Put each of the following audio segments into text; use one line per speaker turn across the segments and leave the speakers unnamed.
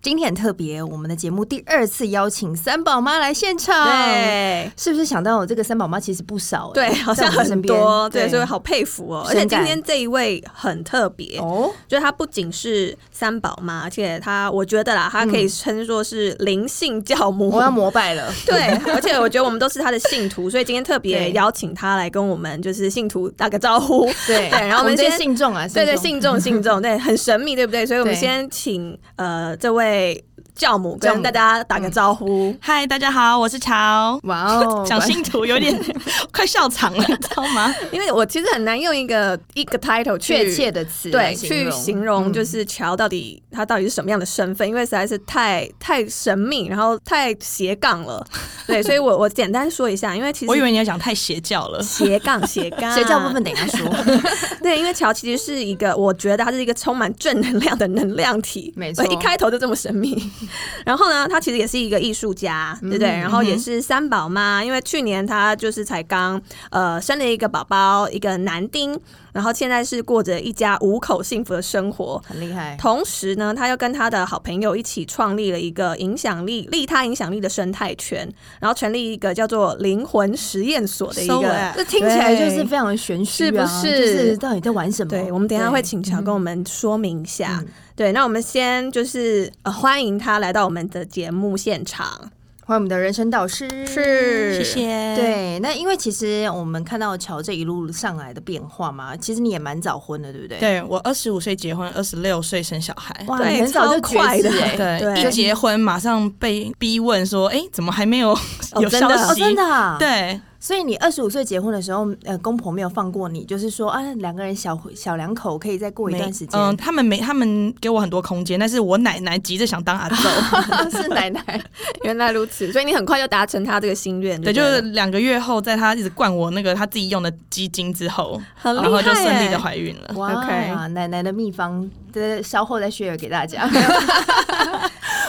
今天很特别，我们的节目第二次邀请三宝妈来现场，，
对
是不是想到我这个三宝妈其实不少、欸？
对，好
在
像
我们
很
身边
多，对，
对，
所以好佩服哦。而且
深
今
感
天这一位很特别，
哦，
就是她不仅是三宝妈，而且她我觉得啦，她可以称作是灵性教母。
嗯 我要膜拜了。
对，而且我觉得我们都是她的信 徒，所以今天特别
对
邀请她来跟我们就是信徒打个招呼。
对
对然
我
后我们
们这
先
些信众啊，
对对，
众
信众 信众，对，很神秘，对不对？所以我们
对
先请呃这位教母
教
跟
母嗯
大家打个招呼。
嗨，大家好，我是乔。
哇 哦，
讲信徒有点快笑场了，你知道吗？
因为我其实很难用一个一个 title 去
确切的词来
对去形容，
容嗯
就是乔到底他到底是什么样的身份，因为实在是太太神秘，然后太斜杠了。对，所以我我简单说一下，因为其实
我以为你要讲太邪教了。
斜杠 斜杠
邪教部分等一下说，
对，因为乔其实是一个，我觉得他是一个充满正能量的能量体，
没错
一开头就这么神秘。 然后呢，他其实也是一个艺术家，对不对？
嗯
然后也是三宝妈，因为去年他就是才刚呃生了一个宝宝，一个男丁，然后现在是过着一家五口幸福的生活。
很厉害。
同时呢，他又跟他的好朋友一起创立了一个影响力、利他影响力的生态圈，然后成立一个叫做“灵魂实验所”的一
收尾
个
这 听起来就是非常玄虚、啊，
是不是
就是到底在玩什么？
对，我们等一下会请
嗯
乔跟我们说明一下。对，那我们先就是、呃、欢迎他来到我们的节目现场，
欢迎我们的人生导师，
是
谢谢。，
对，那因为其实我们看到乔这一路上来的变化嘛，其实你也蛮早婚的，对不对？，
对我二十五岁结婚，二十六岁生小孩。
哇，
对
你很早就
超
觉
快
知
的
哎、
对，
对
欸一结婚马上被逼问说：“哎、怎么还没有有
真
消
的
哦，
息？”
真的、啊，。
对，
所以你二十五岁结婚的时候，呃，公婆没有放过你，就是说啊，两个人小小两口可以再过一段时间。
嗯，他们没，他们给我很多空间，但是我奶奶急着想当阿
哦
昼，
是奶奶，
原来如此，所以你很快就达成他这个心愿，
对，就
了
是两个月后，在她一直灌我那个她自己用的鸡精之后，
很厉害
然后就顺利
耶
的怀孕了。
哇
OK
奶奶的秘方，这稍后再 share 给大 家。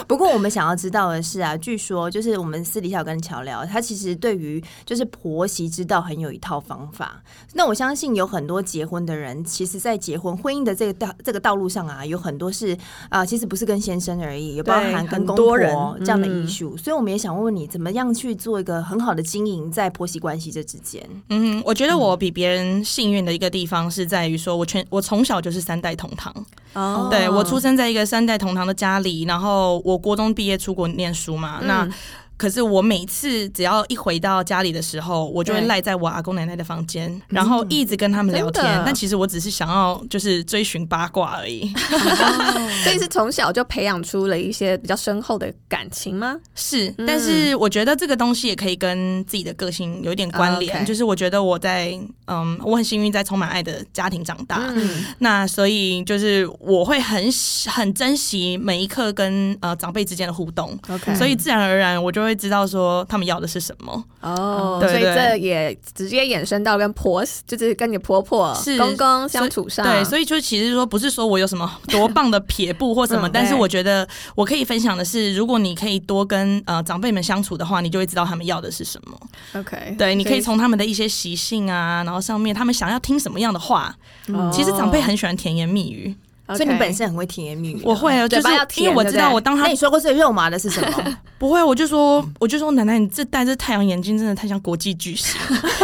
不过我们想要知道的是啊，据说就是我们私底下有跟乔聊，他其实对于就是婆媳之道很有一套方法。那我相信有很多结婚的人，其实在结婚婚姻的这个道这个道路上啊，有很多是啊、其实不是跟先生而已，有包含跟公
很多
婆
人
这样的
嗯
issue、所以我们也想问问你，怎么样去做一个很好的经营在婆媳关系这之间？
嗯，我觉得我比别人幸运的一个地方是在于说，我全我从小就是三代同堂，
哦
对我出生在一个三代同堂的家里，然后我国中毕业出国念书嘛，
嗯
那。可是我每次只要一回到家里的时候，我就会
对
赖在我阿公奶奶的房间，然后一直跟他们聊
嗯真
天
的。
但其实我只是想要就是追寻八卦 而已。
哦
所以是从小就培养出了一些比较深厚的感情吗？
是，
嗯
但是我觉得这个东西也可以跟自己的个性有一点关
嗯
联。
OK
就是我觉得我在嗯，我很幸运在充满爱的家庭长大，
嗯
嗯
那所以就是我会很喜很珍惜每一刻跟呃长辈之间的互动。
，OK，
所以自然而然，我就会知道说他们要的是什么。
哦，
对
所以
对
这也直接衍生到跟婆，就是跟你婆婆、
是
公公相处上，
对，所以就其实说，不是说我有什么多棒的撇步或什么，
嗯
但是
对
我觉得我可以分享的是，如果你可以多跟呃长辈们相处的话，你就会知道他们要的是什么。
以 OK，
对，你可以
嗯所
从他们的一些习性啊，然后上面他们想要听什么样的话。
哦
其实长辈很喜欢甜言蜜语，
所以你
OK
本身很会甜言蜜语的。
我会
哦
啊
嘴
就是
巴要甜
因为我
对不
知道
对
我当
那
他
你说过最肉麻的是什么？
不会，我就说我就说奶奶，你这戴这太阳眼镜真的太像国际巨 星，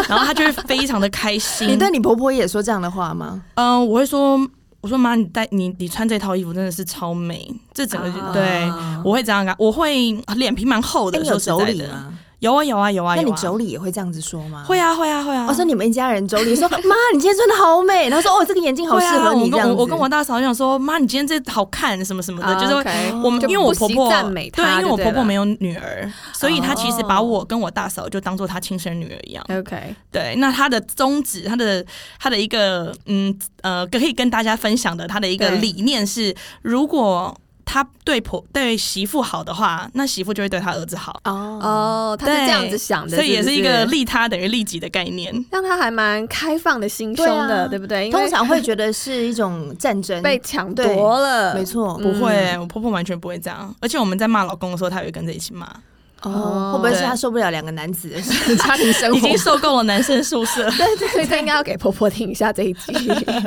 然后他就会非常的开心。
你对你婆婆也说这样的话吗？
嗯、我会说，我说妈，你带你你穿这套衣服真的是超美，这整个、
啊
对，我会这样讲，我会脸皮蛮厚
哎
的，
你有
说实
妯
在
娌
的，
吗？
有啊有啊有啊
那
有
你
啊，
妯娌也会这样子说吗？哦
会。啊会啊会啊，
我说你们一家人妯娌说妈，你今天穿的好美，然后说哦这个眼镜好
会
适
啊
合你这
我
样
跟
子。
我我跟我大嫂讲说，妈，你今天这好看什么什么的，
啊
就是会
OK
我们
就
因为我
不惜
婆婆
赞美
对
她，
因为我
就对
婆婆
了
没有女儿，所以她其实把
哦
我跟我大嫂就当做她亲生女儿一样。
OK，
对，那他的宗旨，他的他的一个嗯呃，可以跟大家分享的他的一个
对
理念是，如果他对婆对媳妇好的话，那媳妇就会对他儿子好。
哦，
哦，他是
嗯对
这样子想的，
所以也
是
是
不
一个利他等于利己的概念。
让他还蛮开放的心胸
对
的，
啊
对不对？因为
通常会觉得是一种战争，
被抢
对
夺了，
没错
不会、我婆婆完全不会这样。而且我们在骂老公的时候，她也会跟着一起骂，
哦，会不会是
对
他受不了两个男子的家庭 生活？
已经受够了男生宿舍。
所以这应该要给婆婆听一下这一 集，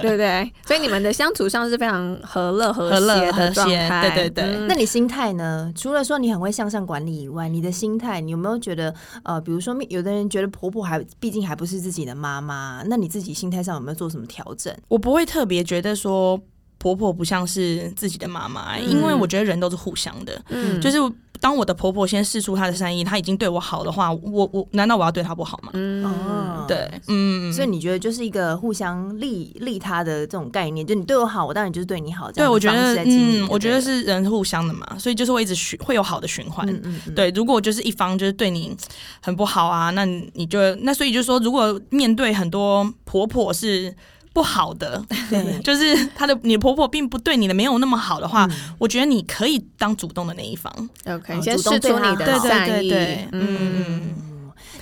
对不对？所以你们的相处上是非常和乐和
和乐
谐的
和
状
谐
态，
对对对
嗯
那你心态呢？除了说你很会向上管理以外，你的心态，你有没有觉得呃，比如说有的人觉得婆婆还毕竟还不是自己的妈妈，那你自己心态上有没有做什么调整？
我不会特别觉得说婆婆不像是自己的妈妈、
嗯
因为我觉得人都是互相的。
嗯
就是当我的婆婆先试出她的善意，她已经对我好的话，我我难道我要对她不好吗？
嗯，
哦，
对，嗯，
所以你觉得就是一个互相利利他的这种概念，就你对我好，我当然就是对你好。这
对
样的
我觉
方式
得
在经营
嗯，我觉得
对
是人互相的嘛，所以就是会一直循会有好的循环。
嗯嗯嗯，
对，如果就是一方就是对你很不好啊，那你你就那所以就是说，如果面对很多婆婆是不好的，
对
就是她的你的婆婆并不对你的没有那么好的话，
嗯
我觉得你可以当主动的那一方。
OK，
哦
先
主动
试
对
出
他
你的
好
善意，嗯。
嗯，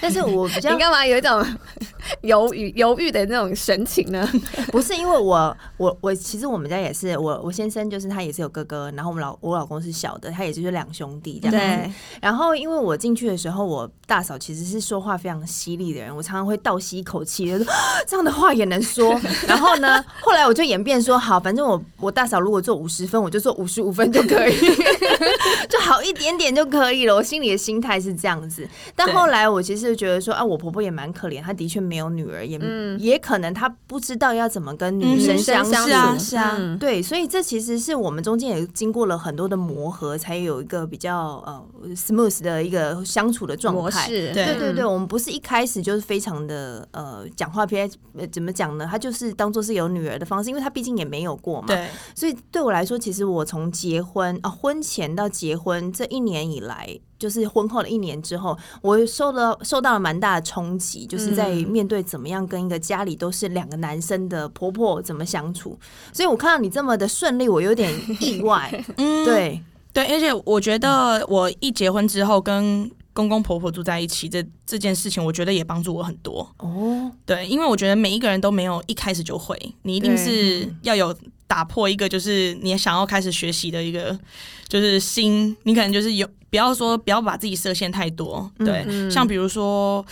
但是我 比较
你干嘛有一种 犹豫犹豫的那种神情呢？
嗯
不是因为我我我其实我们家也是我我先生就是他也是有哥哥，然后我们老我老公是小的，他也就是两兄弟这样子。
对，
然后因为我进去的时候，我大嫂其实是说话非常犀利的人，我常常会倒吸一口气，就说 啊这样的话也能 说。然后呢，后来我就演变说，好，反正我我大嫂如果做五十分，我就做五十五分就可以，就好一点点就可以了。我心里的心态是这样子。但
对
后来我其实觉得说，啊，我婆婆也蛮可怜，她的确没有女儿，也、
嗯
也可能她不知道要怎么跟
嗯
女生
人
相处。
是啊是啊
嗯
对，所以这其实是我们中间也经过了很多的磨合，才有一个比较呃 smooth 的一个相处的状
模
态。
式，
对
对对对，我们不是一开始就是非常的呃讲话偏呃怎么讲呢？他就是当做是有女儿的方式，因为他毕竟也没有过嘛。
对，
所以对我来说，其实我从结婚啊婚前到结婚这一年以来，就是婚后的一年之后，我受了受到了蛮大的冲击，就是在面对怎么样跟一个家里都是两个男生的婆婆怎么相处。所以我看到你这么的顺利，我有点意外。
嗯，
对，
对，而且我觉得我一结婚之后跟公公婆婆住在一起这这件事情，我觉得也帮助我很多。
哦，
对，因为我觉得每一个人都没有一开始就会，你一定
对嗯
是要有打破一个就是你想要开始学习的一个就是心，你可能就是有不要说不要把自己设限太多。对，
嗯
像比如说。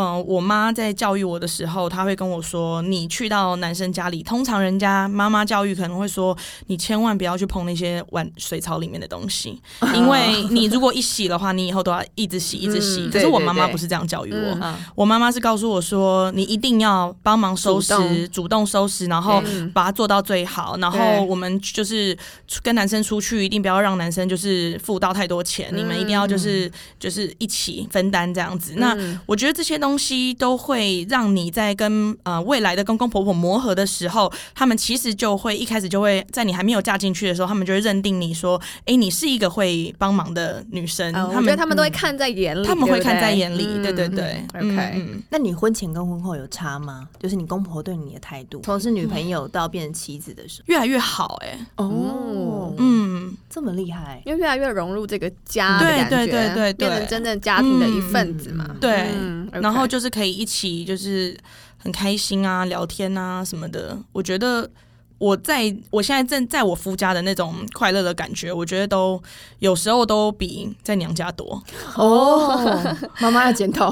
嗯，我妈在教育我的时候，她会跟我说：“你去到男生家里，通常人家妈妈教育可能会说，你千万不要去碰那些碗水槽里面的东 西，因为你如果一洗的话，你以后都要一直洗，一直洗。
嗯
可是
对
我
对
妈妈
对
不是这样教育我，
嗯
啊，
我妈妈是告诉我说，你一定要帮忙收拾，
主
主
动
动收拾，然后
嗯
把它做到最好。然
对
后我们就是出跟男生出去，一定不要让男生就是付到太多钱，
嗯
你们一定要就是就是一起分担这样子。那
嗯
我觉得这些东西都会让你在跟呃未来的公公婆婆磨合的时候，他们其实就会一开始就会在你还没有嫁进去的时候，他们就会认定你说，哎、你是一个会帮忙的女生。
啊我
他
觉得
们嗯
他们都会看在眼里，
他们
对
会
不对
看在眼里，对对
嗯
对
嗯 OK
嗯嗯
那你婚前跟婚后有差吗？就是你公婆对你的态度，从是女朋友到变成妻子的时
越来越好哎、
候，
哦
嗯，
这么厉害。
因为越来越融入这个家的
对
感觉，
对对对对
变成真正家庭的一份子嘛。
嗯
对，
嗯
然后
OK
就是可以一起就是很开心啊，聊天啊什么的。我觉得我在我现在正在我夫家的那种快乐的感觉，我觉得都有时候都比在娘家多。
哦， 妈妈要检讨。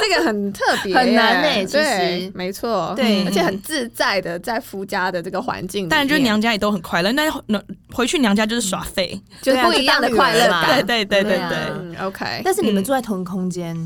这个很 特别耶，
很难欸其
对
实
没错，
对
而且很自在的在夫家的这个环境里面，
当然，嗯就是娘家也都很快乐，但是那回去娘家就是耍废。
就是
对啊
不一样的快乐
就当
感
对。对对对
对
对。
啊
嗯，OK，
但是你们住在同一个空间，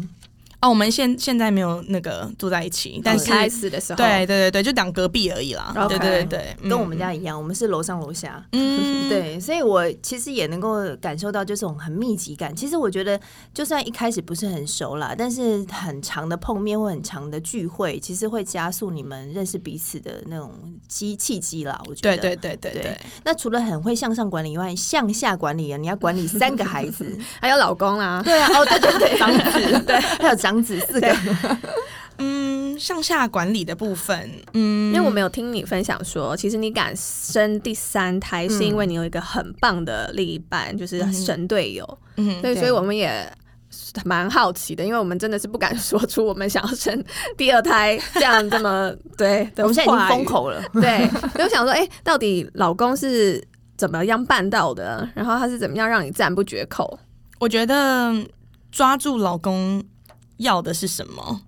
哦，我们现现在没有那个住在一起，但是
开始的时候，
对对对对，就两隔壁而已啦。
OK
对对对，嗯
跟我们家一样，我们是楼上楼下。
嗯，
对，所以我其实也能够感受到这种很密集感。其实我觉得，就算一开始不是很熟啦，但是很长的碰面或很长的聚会，其实会加速你们认识彼此的那种机契机啦。我觉
对
得，
对对对
对
对。
那除了很会向上管理以外，向下管理啊，你要管理三个孩子，啊
还有老公啦，
对啊，哦，对对对，长子，对，还有长子四个，
嗯，嗯，向下管理的部分，嗯，
因为我们有听你分享说，其实你敢生第三胎，是
嗯
因为你有一个很棒的另一半，就是神队友。
嗯
对，
对
所以我们也蛮好奇的，因为我们真的是不敢说出我们想要生第二胎这样这么 对的
我们现在已经
话语
封。口了，
对，所以我想说，哎、到底老公是怎么样办到的？然后他是怎么样让你赞不绝口？
我觉得抓住老公要的是什么，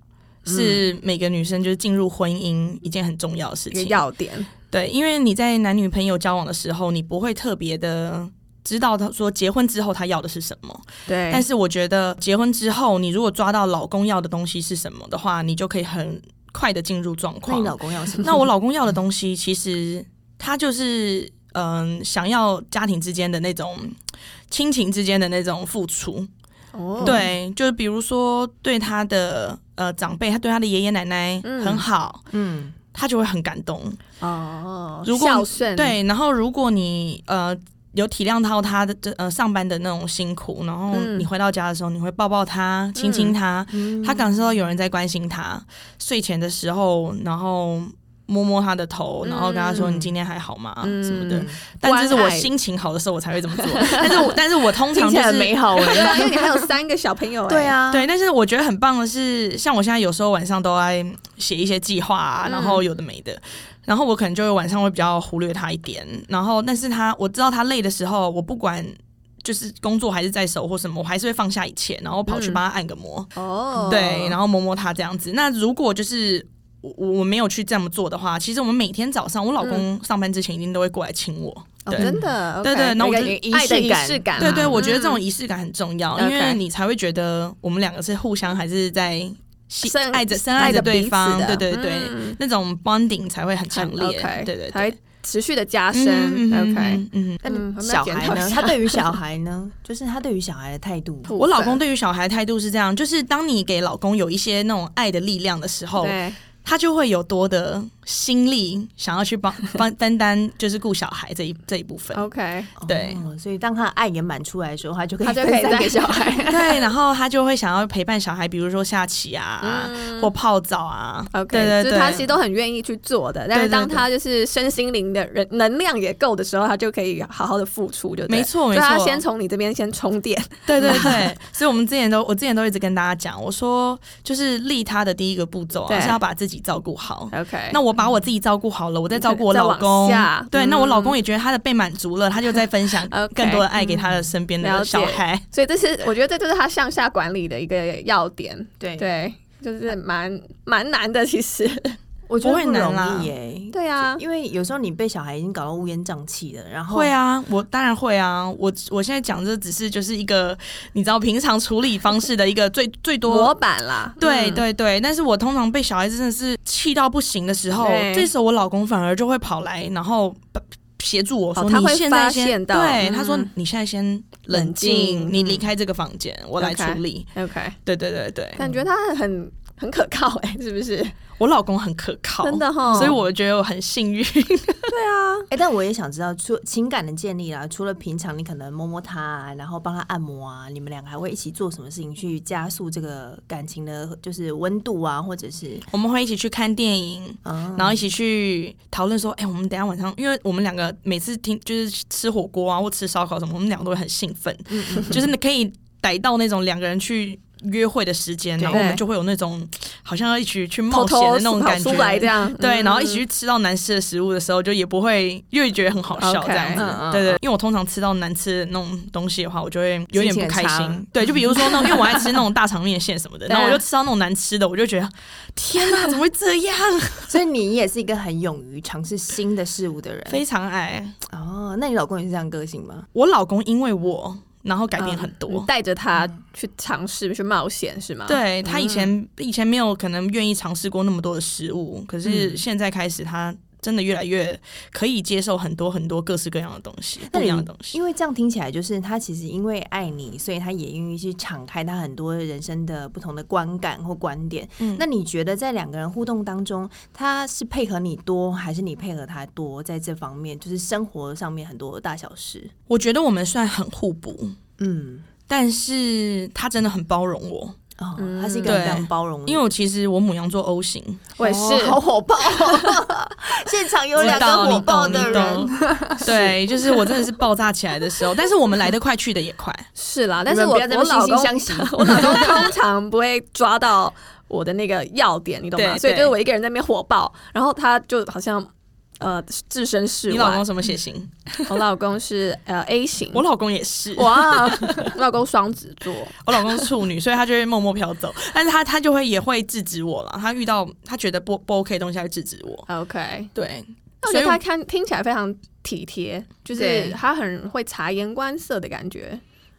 是每个女生就是进入婚姻一件很重要的事
一个
情。
要点，
对，因为你在男女朋友交往的时候，你不会特别的知道他说结婚之后他要的是什么。
对，
但是我觉得结婚之后，你如果抓到老公要的东西是什么的话，你就可以很快的进入状
那
况
你。老公要什么？
那我老公要的东西，其实他就是嗯，想要家庭之间的那种亲情之间的那种付出。
哦，
对，就是比如说对他的呃长辈，他对他的爷爷奶奶
嗯
很好，
嗯，
他就会很感动。
哦，
如果
孝顺，
对，然后如果你呃有体谅到他的这呃上班的那种辛苦，然后
嗯
你回到家的时候，你会抱抱他，亲亲他，他感受到有人在关心他。睡前的时候，然后。摸摸他的头，然后跟他说：“
嗯
你今天还好吗？”
嗯
什么的。
嗯
但这是我
关爱
心情好的时候，我才会这么做。但是我，但是我通常就是
好
对啊，因为你还有三个小朋友、哎
对，啊，
对，但是我觉得很棒的是，像我现在有时候晚上都爱写一些计划啊，
嗯
然后有的没的，然后我可能就会晚上会比较忽略他一点，然后但是他我知道他累的时候，我不管。就是工作还是在手或什么，我还是会放下一切，然后跑去
嗯
帮他按个摩，
哦，
对，然后摸摸他这样子。那如果就是我我我没有去这么做的话，其实我们每天早上，我
嗯
老公上班之前一定都会过来亲我。
哦
对
真的，
对对然后我
有
就
一个
仪
爱的
式
仪
感
式感，
对对，我觉得
嗯
这种仪式感很重要，
OK
因为你才会觉得我们两个是互相还是在喜
深
爱着深爱着对方，
彼此
对
的
对对，
嗯
那种 bonding 才会很强
很
烈
OK，，
对对
才
对，
会持续的加
嗯
深
嗯
，OK。
嗯嗯。嗯
那
嗯我们要
小
检
孩
讨
呢
一？下
他对于小孩呢， 就是他对于小孩的态度，
我老公对于小孩态度是这样，就是当你给老公有一些那种爱的力量的时候，
对，
他就会有多的心力想要 去帮帮单单就是顾小孩这一这一部分。
OK，
对
哦所以当他的爱也满出来的时候，他就可以
他就可以
分散
再
给小孩。
对，然后他就会想要陪伴小孩，比如说下棋啊，
嗯
或泡澡啊。
OK，
对对
就
对，
是他其实都很愿意去做的，但是
对对
当他就是身心灵的人能量也够的时候，他就可以好好的付出，就对
没错
所以
没错
他先从你这边先充电，
对对对，所以我们之前都我之前都一直跟大家讲，我说就是利他的第一个步骤啊、
对
是要把自己照顾好。
OK，
那我把我自己照顾好了，我再照顾我
再
老
往
公
下。
对，
嗯
那我老公也觉得他的被满足了，他就在分享
OK，
更多的爱给他的身边
嗯了
的
解
小孩。
所以这是我觉得这就是他向下管理的一个要点，
对，
对，就是蛮蛮难的，其实，
我觉得
不会
不
难啦
容易耶。
对 啊，
因为有时候你被小孩已经搞到乌烟瘴气的，
哦
然后
会啊，我当然会啊。我我现在讲这只是就是一个你知道平常处理方式的一个最最多
模板啦，
对
嗯，
对对，但是我通常被小孩子真的是气到不行的时候
对，
这时候我老公反而就会跑来，然后把协助我说：“
哦他会
你现在
发
先
现到
对、
嗯
他说你现在先冷
冷
静，
静嗯
你离开这个房间，我来处
OK
理。
OK，
对对对对，
感觉他很很可靠哎、是不是？
我老公很可靠，
真的哦啊哈，
所以我觉得我很幸运。
哎、但我也想知道，除情感的建立啦，除了平常你可能摸摸他、啊，然后帮他按摩啊，你们两个还会一起做什么事情去加速这个感情的，就是温度啊，或者是
我们会一起去看电影。
啊，
然
嗯
后一起去讨论说，哎、我们等一下晚上，因为我们两个每次听就是吃火锅啊或吃烧烤什么，我们两个都会很兴奋，
嗯
就是你可以逮到那种两个人去约会的时间，
对
然后我们就会有那种好像要一起去冒
偷
险
偷
的那种
跑
感觉。
出来这样，
对，
嗯
然后一起去吃到难吃的食物的时候，就也不会越觉得很好笑
OK，
这样子。
嗯嗯
对对，因为我通常吃到难吃的那种东西的话，我就会有点不
心
开
情很差
心。对，就比如说那种，因为我爱吃那种大肠面线什 么的，
对啊
然后我就吃到那种难吃的，我就觉得天哪，怎么会这样？
所以你也是一个很勇于尝试新的事物的人
非常爱
哦。那你老公也是这样个性吗？
我老公，因为我然后改变很多。嗯
你
嗯
带着他去尝试、去冒险是吗？，
对他以前、
嗯
以前没有可能愿意尝试过那么多的食物，可
嗯
是现在开始他真的越来越可以接受很多很多各式各样的东西，
那
不一
你
样的东西。
因为这样听起来，就是他其实因为爱你，所以他也愿意去敞开他很多人生的不同的观感或观点。
嗯
那你觉得在两个人互动当中，他是配合你多，还是你配合他多？在这方面，就是生活上面很多大小事。
我觉得我们算很互补，
嗯，
但是他真的很包容我。
哦
嗯，
他是一个非常
对
包容的，
因为我其实我母羊座 O 型，
我也
哦好火爆哦，现场有两个火爆的
你懂
人，
你懂 对，就是我真的是爆炸起来的时候，但是我们来得快，去得也 快。
是啦，
但
但
是
是
我
我
不要这
我
么惺
老
惺
公
相惜。
我老公通常不会抓到我的那个要点，你懂吗？
对
所以
对
就是我一个人在那边火爆，然后他就好像呃置身事
你老
外
公。什么血型？
嗯
我老公是呃 A 型，
我老公也是，
哇，我老公双子座，
我老公是处女，所以他就会默默飘走，但是他他就会也会制止我了。他遇到他觉得不不 OK 的东西，他会制止我。
OK，
对，
那我
所
觉
以
得他看听起来非常体贴，就是
对
他很会察言观色的感觉。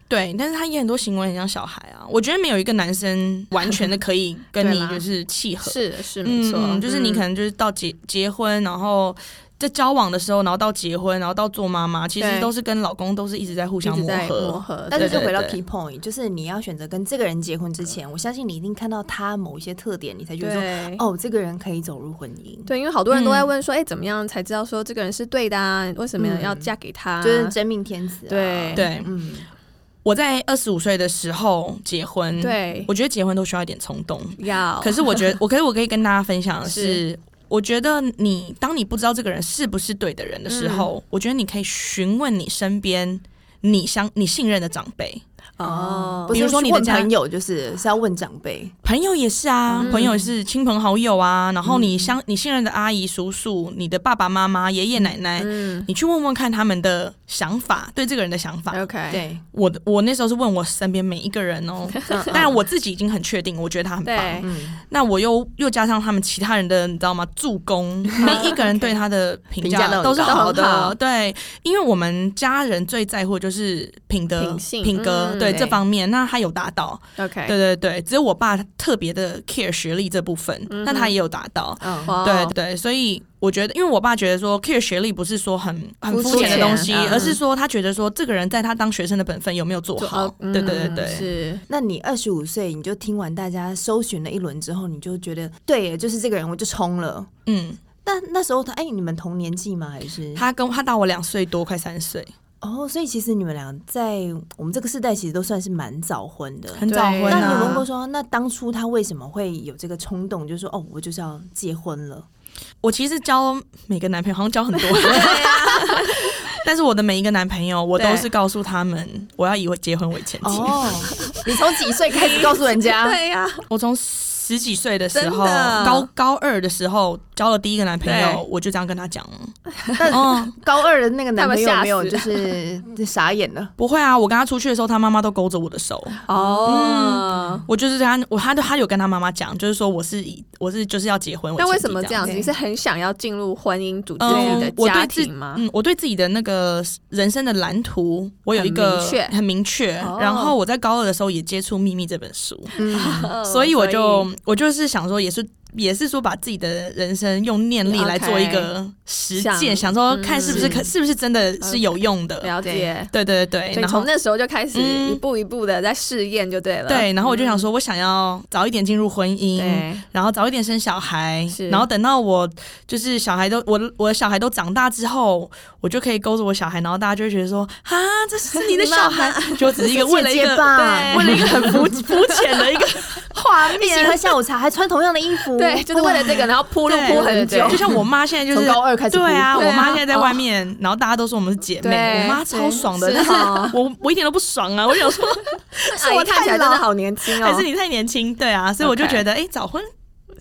对，但是他也很多行为很像小孩啊。我觉得没有一个男生完全的可以跟
对
你
啦
就是契合，
是是没错、
嗯，就是你
嗯
可能就是到结结婚，然后在交往的时候，然后到结婚，然后到做妈妈，其实
对
都是跟老公都是一直在互相
一直
磨
在磨
合。
合，
但是就
对对
回到
对
key point，就是你要选择跟这个人结婚之前，我相信你一定看到他某一些特点，你才觉得说，
对。
哦，这个人可以走入婚姻，
对，因为好多人都在
嗯
问说，哎、怎么样才知道说这个人是对的啊？为什么要嫁给他？
就是真命天子啊，
对
啊对，
嗯，
我在二十五岁的时候结婚，，
对，
我觉得结婚都需要一点冲动。
要
可是 我觉得，我可以我可以跟大家分享的是，
是
我觉得你当你不知道这个人是不是对的人的时
嗯
候，我觉得你可以询问你身边你相你信任的长辈，
哦
不，
比如
是
说你的
问
家
朋友，就是是要问长辈，
朋友也是啊，
嗯
朋友也是亲朋好友啊，然后你相你信任的阿姨、叔叔、你的爸爸妈妈、爷爷奶奶。
嗯
你去问问看他们的想法，对这个人的想法。
，OK，
对，
我的我那时候是问我身边每一个 人哦，当然我自己已经很确定，我觉得他很棒。
对，
嗯，
那我又又加上他们其他人的，你知道吗？助攻，每一个人对他的评
评价
价
都
都是
很
高
好
都很好
的。对，因为我们家人最在乎的就是品德、
品性
品格，
嗯
对
对
这方面，那他有达到。
，OK，
对对对，只有我爸特别的 care 学历这部分，
嗯哼哦
那他也有达到。
嗯，
哇
对对，所以我觉得，因为我爸觉得说 care 学历不是说很很
肤
肤浅的
浅
东西，
嗯
而是说他觉得说这个人在他当学生的本分有没有做
做
好。
嗯
对对对对，
是
那你二十五岁，你就听完大家搜寻了一轮之后，你就觉得对耶，就是这个人，我就冲了。
嗯，
但那时候他，哎、你们同年纪吗？还是
他跟他大我两岁多，快三岁，
哦，所以其实你们俩在我们这个世代，其实都算是蛮早婚的。
很早
对
婚
那
啊。
你有问过说，那当初他为什么会有这个冲动，就是说哦，我就是要结婚了？
我其实交每个男朋友好像交 很多， 但是我的每一个男朋友，我都
对
是告诉他们我要以结婚为前提。
哦，你从几岁开始告诉人 家？
对呀，
我从十几岁的时
真
候，
的
高高二的时候交了第一个男朋友
对，
我就这样跟他讲 了。
但
嗯，
高二的那个男朋友
他们吓死
有没有就是傻眼 了？
不会啊，我跟他出去的时候，他妈妈都勾着我的手。
哦，
我就是跟他，我他他有跟他妈妈讲，就是说我是以我是就是要结婚为
那为
前提
什么这样子？
对
你是很想要进入婚姻组织自己的
嗯，我
家
对自
庭吗？
嗯，我对自己的那个人生的蓝图，我有一个
很明确
明确
哦
然后我在高二的时候也接触《秘密》这本书，
嗯，
嗯
所以我就我就是想说，也是也是说把自己的人生用念力来
OK
做一个实践，
想
想说看是不是
嗯
可是不是真的是有用的。
了解。
对对对，
所以
然后
从那时候就开始
嗯
一步一步的在试验，就对了。
对，然后我就想说，我想要早一点进入婚姻，
嗯对，
然后早一点生小孩
是，
然后等到我就是小孩都我的我的小孩都长大之后，我就可以勾着我小孩，然后大家就会觉得说啊，这是你的小孩，就只是一个为了一
姐
个
姐吧
对，为了一个很肤肤浅的一个画
一起
面。
喝下午茶，还穿同样的衣服，
对，就是为了这个，然后铺路
对
铺很久
对就。像我妈现在就
从
是
高二开始哭。
对啊，
对啊
我妈现在在外面，然后大家都说我们是姐妹，
对
我妈超爽的，
是
但是
哦
我我一点都不爽啊，我想 说
阿姨啊看起来真的好年轻
还
哦
是，你太年轻，对啊，所以我就
OK
觉得哎，早婚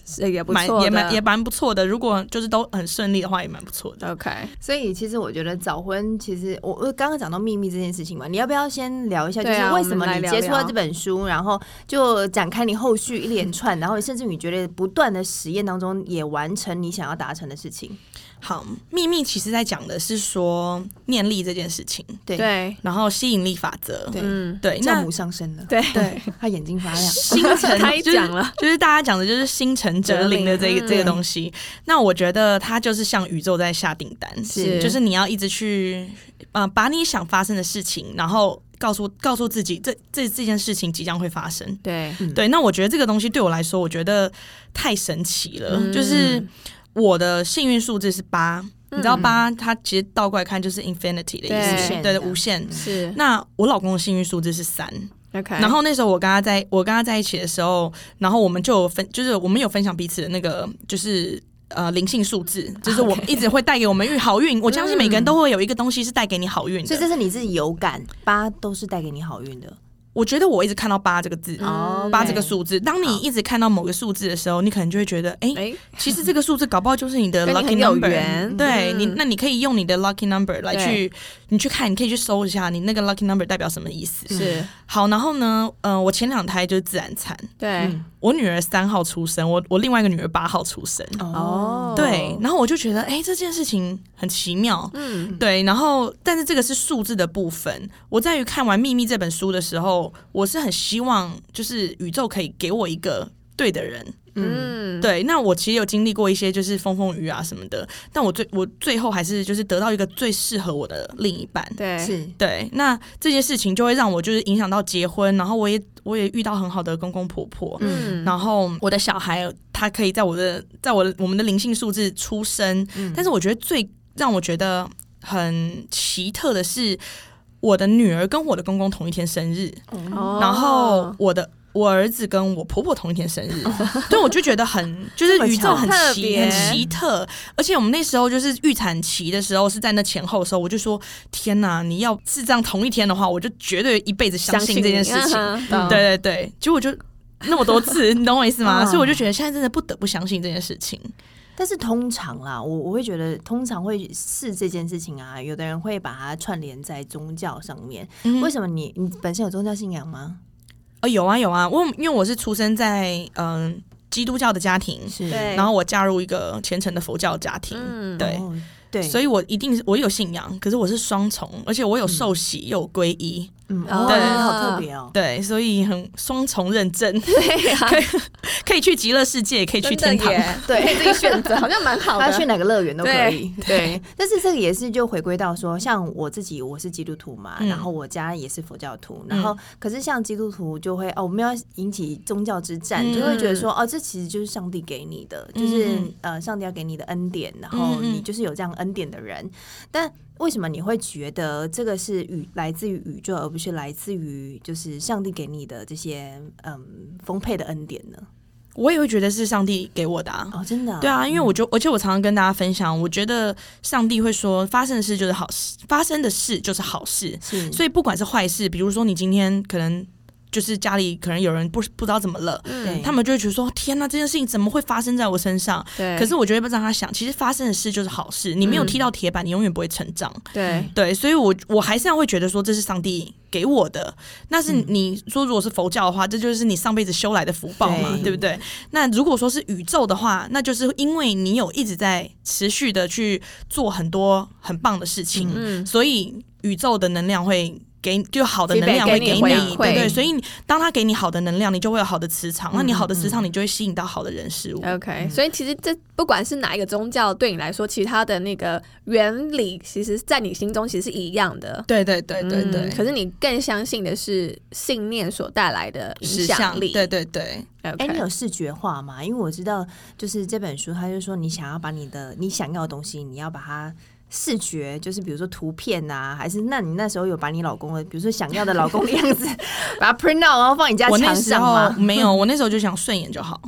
是也不
蛮
错的，
也蛮也蛮不错的，如果就是都很顺利的话，也蛮不错的。
OK。
所以其实我觉得早婚，其实我我刚刚讲到秘密这件事情嘛，你要不要先聊一下，就
对
是
啊
为什么
我们来
你
聊
接触到
聊
这本书，然后就展开你后续一连串，然后甚至你觉得不断的实验当中也完成你想要达成的事情。
好，秘密其实在讲的是说念力这件事情，
对
对，
然后吸引力法则。
对
嗯，
对，
教
那
母上身了，
对，
对
他眼睛发亮。
心诚
开
就是
讲了，
就是大家讲的就是心诚则灵的这
嗯
个这个东西。那我觉得它就是像宇宙在下订单，
是
就是你要一直去，呃，把你想发生的事情，然后告诉告诉自己，这这这件事情即将会发生。
对，
对，那我觉得这个东西对我来说，我觉得太神奇了。
嗯
就是我的幸运数字是八、你知道
嗯
八它其实倒过来看就是 infinity 的意
对
思，对，
对
无限。
是
那我老公的幸运数字是三，
OK，
然后那时候我跟他在我跟他在一起的时候，然后我们就有分，就是我们有分享彼此的那个就是。呃，灵性数字就是我
啊 OK 嗯
一直会带给我们运好运，我相信每个人都会有一个东西是带给你好运
所以
的。
这是你自己有感，八都是带给你好运的
我觉得我一直看到八这个字，
嗯
哦
八这个数字，当你一直看到某个数字的时候，你可能就会觉得，哎、
哎，
其实这个数字搞不好就是你 的
跟你
lucky
很有
number，
缘
对
嗯
你，那你可以用你的 lucky number 来
对
去，你去看，你可以去搜一下你那个 lucky number 代表什么意思。
是
好，然后呢，嗯，我前两胎就是自然产，
对
我女儿三号出生，我我另外一个女儿八号出生，
哦，
对，然后我就觉得，哎、这件事情很奇妙。
嗯，
对，然后但是这个是数字的部分。我在于看完《秘密》这本书的时候，我是很希望就是宇宙可以给我一个对的人，
嗯，
对，那我其实有经历过一些就是风风雨雨啊什么的，但我最我最后还是就是得到一个最适合我的另一半。
对，
是
对，那这些事情就会让我就是影响到结婚，然后我也我也遇到很好的公公婆婆，
嗯，
然后我的小孩他可以在我的在我的我们的灵性数字出生，但是我觉得最让我觉得很奇特的是，我的女儿跟我的公公同一天生日，
哦
然后我的。我儿子跟我婆婆同一天生日，对，我就觉得很就是
这么
宇宙
巧
很
特
奇
别
很奇特，而且我们那时候就是预产期的时候是在那前后的时候，我就说天哪，你要是这样同一天的话，我就绝对一辈子相信这件事 情。
情
对对对，结果就那么多次，你懂我意思吗？
嗯
所以我就觉得现在真的不得不相信这件事情。
但是通常啦，我我会觉得通常会是这件事情啊，有的人会把它串联在宗教上面。为
为
什么你你本身有宗教信仰吗？
呃有啊有啊，我因为我是出生在嗯、基督教的家庭，
是
对
然后我嫁入一个虔诚的佛教家庭，
嗯
对。啊
哦对，
所
以
以我一定是我有信仰，可是我是双重，而且我有受洗、又有皈依，
嗯，
对
哦，你好特别哦。
对，所以很双重认证，
对啊呀，
可以可以去极乐世界，也可以去天堂。
对，自己选 择好像蛮好
他
的，
去哪个乐园都可以，
对，
但是这个也是就回归到说，像我自己我是基督徒嘛，
嗯
然后我家也是佛教徒，然后可是像基督徒就会哦，我们要引起宗教之战，
嗯
就会觉得说哦，这其实就是上帝给你的，就是
嗯
呃，上帝要给你的恩典，然后
嗯嗯
你就是有这样恩典的人，但。为什么你会觉得这个是宇来自于宇宙，而不是来自于就是上帝给你的这些嗯丰沛的恩典呢？
我也会觉得是上帝给我的、啊。
哦，真的、
对啊，因为我
嗯
觉得，而且我常常跟大家分享，我觉得上帝会说，发生的事就是好事，发生的事就是好事。
是，
所以不管是坏事，比如说你今天可能就是家里可能有人不不知道怎么了，
对
他们就会觉得说，天呐，这件事情怎么会发生在我身上？
对，
可是我绝对不让他想，其实发生的事就是好事。你没有
嗯
踢到铁板，你永远不会成长。
对，
对，所以我我还是要会觉得说这是上帝给我的。那是
嗯
你说如果是佛教的话，这就是你上辈子修来的福报嘛，
对
对不对？那如果说是宇宙的话，那就是因为你有一直在持续的去做很多很棒的事情，
嗯，
所以宇宙的能量会。给就好的能量
Feedback
会
给你
你，
回馈
对对，所以你当他给你好的能量，你就会有好的磁场，那你
嗯
好的磁场，你就会吸引到好的人事物。
OK，所以其实这不管是哪一个宗教，对你来说，其实它的那个原理，其实在你心中其实是一样的。
对对对对
嗯
对，
可是你更相信的是信念所带来的影
实
响
相
力。
对对对，
哎、你
，OK，
有视觉化吗？因为我知道，就是这本书，它就说你想要把你的你想要的东西，你要把它视觉，就是比如说图片啊，还是那你那时候有把你老公的，比如说想要的老公的样子， 把它 print out，然后放你家
我那
墙
时
上
候
吗？
没有，我那时候就想顺眼就好。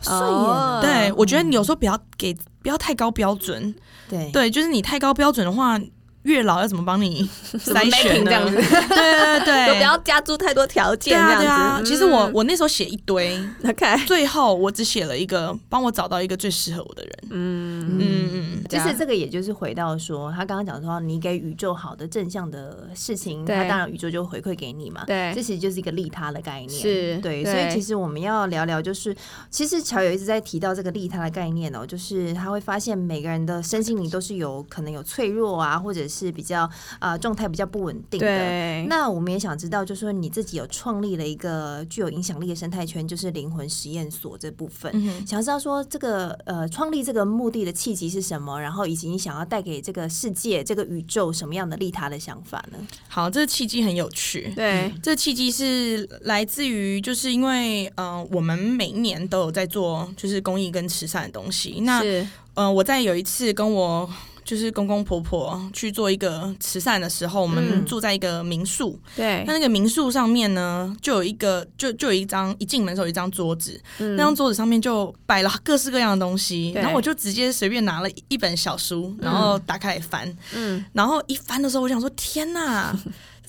顺眼啊、
哦
对，我觉得你有时候不要给不要太高标准，
对
对，就是你太高标准的话，月老要怎么帮 你筛
making 这
选呢？
样
对 对对，
就不要加注太多条
对
件这
啊
样
对啊。
子。
其实我我那时候写一堆，
嗯 OK，
最后我只写了一个帮我找到一个最适合我的人。
嗯，
嗯嗯，
就
对
是
啊
这个，也就是回到说，他刚刚讲说，你给宇宙好的正向的事情，
对
他当然宇宙就回馈给你嘛。
对
这其实就是一个利他的概念。
是
对，
对
所以其实我们要聊聊，就是其实乔友一直在提到这个利他的概念哦，就是他会发现每个人的身心灵都是有可能有脆弱啊，或者是比较啊、呃状态比较不稳定的。
对，
那我们也想知道，就是说你自己有创立了一个具有影响力的生态圈，就是灵魂实验所这部分。
嗯哼
想要知道说这个呃创立这个目的的契机是什么，然后以及你想要带给这个世界、这个宇宙什么样的利他的想法呢？
好，这个契机很有趣。
对，
这契机是来自于，就是因为，嗯、我们每一年都有在做，就是公益跟慈善的东西。那
是
呃，我在有一次跟我就是公公婆婆去做一个慈善的时候，我们
嗯
住在一个民宿，
对
那、，那个民宿上面呢，就有一个就就有一张一进门的时候有一张桌子，
那
嗯
那张桌子上面就摆了各式各样的东西，
对
然后我就直接随便拿了一一本小书，
嗯
然后打开来翻，
嗯，
然后一翻的时候，我想说天 哪，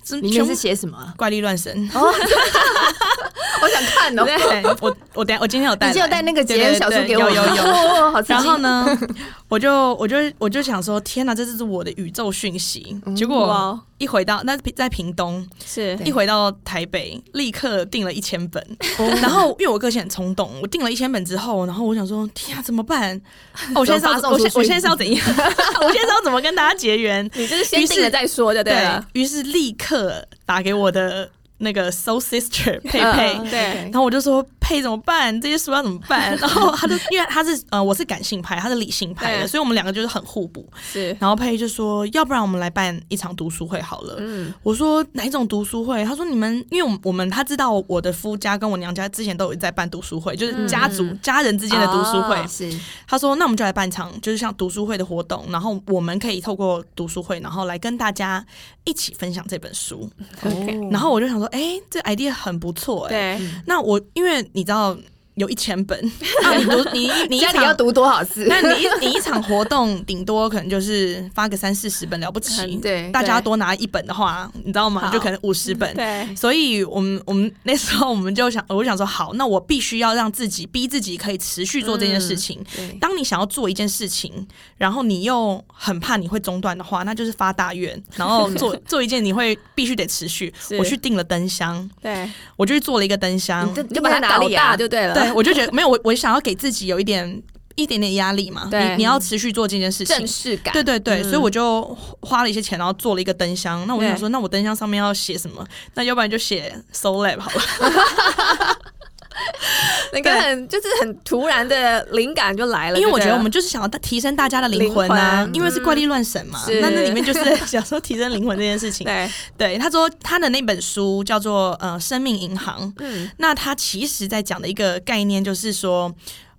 真
里
全
面
部
是写什么啊？
怪力 乱神。
我想看哦。
对， 我我等下我今天有带来，
你就带那个结
对
缘小说给我，
对 对有有有。
有，好刺激
然后？呢， 我就我就我就想说，天哪，这就是我的宇宙讯息。
嗯
结果
哇，
一回到那在屏东，
是
一回到台北，立刻订了一千本。
哦
然后因为我个性很冲动，我订了一千本之后，然后我想说，天啊，怎么 办？哦我现在是
怎么发送
要我现
出去
我现在是要怎样？ 我现在是要怎么跟大家结缘？
你就是先定了再说就对
啊
了。
于是立刻打给我的那个 Soul Sister 佩佩。
嗯
对
然后我就说佩怎么办？这些书要怎么办？然后他就因为他是呃我是感性派，他是理性派
对
的，所以我们两个就是很互补。
是，
然后佩就说，要不然我们来办一场读书会好了。
嗯，
我说哪一种读书会？他说你们，因为我们我们他知道我的夫家跟我娘家之前都有在办读书会，就是家族、家人之间的读书会。
嗯哦
是
他说那我们就来办一场就是像读书会的活动，然后我们可以透过读书会，然后来跟大家一起分享这本书。
OK
然后我就想说，哎、这 idea 很不错、哎诶。
对，
那我因为你知道有一千本， 那你读你你一
家里要
场，
读多少次？
那你 一你一场活动顶多可能就是发个三四十本了不起，
嗯对
大家
对
多拿一本的话，你知道吗？
好嗯
就可能五十 本，
对，
所以我们我们那时候我们就想，我就想说，好，那我必须要让自己逼自己可以持续做
嗯
这件事情。
对
当你想要做一件事情，然后你又很怕你会中断的话，那就是发大愿，然后 做做一件你会必须得持续
是。
我去订了灯箱，
对，
我就去做了一个灯箱，
这
你就把它
哪
搞
里
大
啊？
就对了。
对，我就觉得没有我，我想要给自己有一点一点点压力嘛。
对
你你要持续做这件事情
正。式感。
对对对，
嗯
所以我就花了一些钱，然后做了一个灯箱。那我
对
想说，那我灯箱上面要写什么？那要不然就写 Soul Lab 好了。
那个很就是很突然的灵感就来 了，
因为我
对
觉
不对
得我们就是想要提升大家的灵魂啊，
灵魂
因为是怪力乱神嘛。
嗯
那
是
那里面就是想说提升灵魂这件事情。
对，
对，他说他的那本书叫做呃《生命银行》，
嗯，
那他其实在讲的一个概念就是说，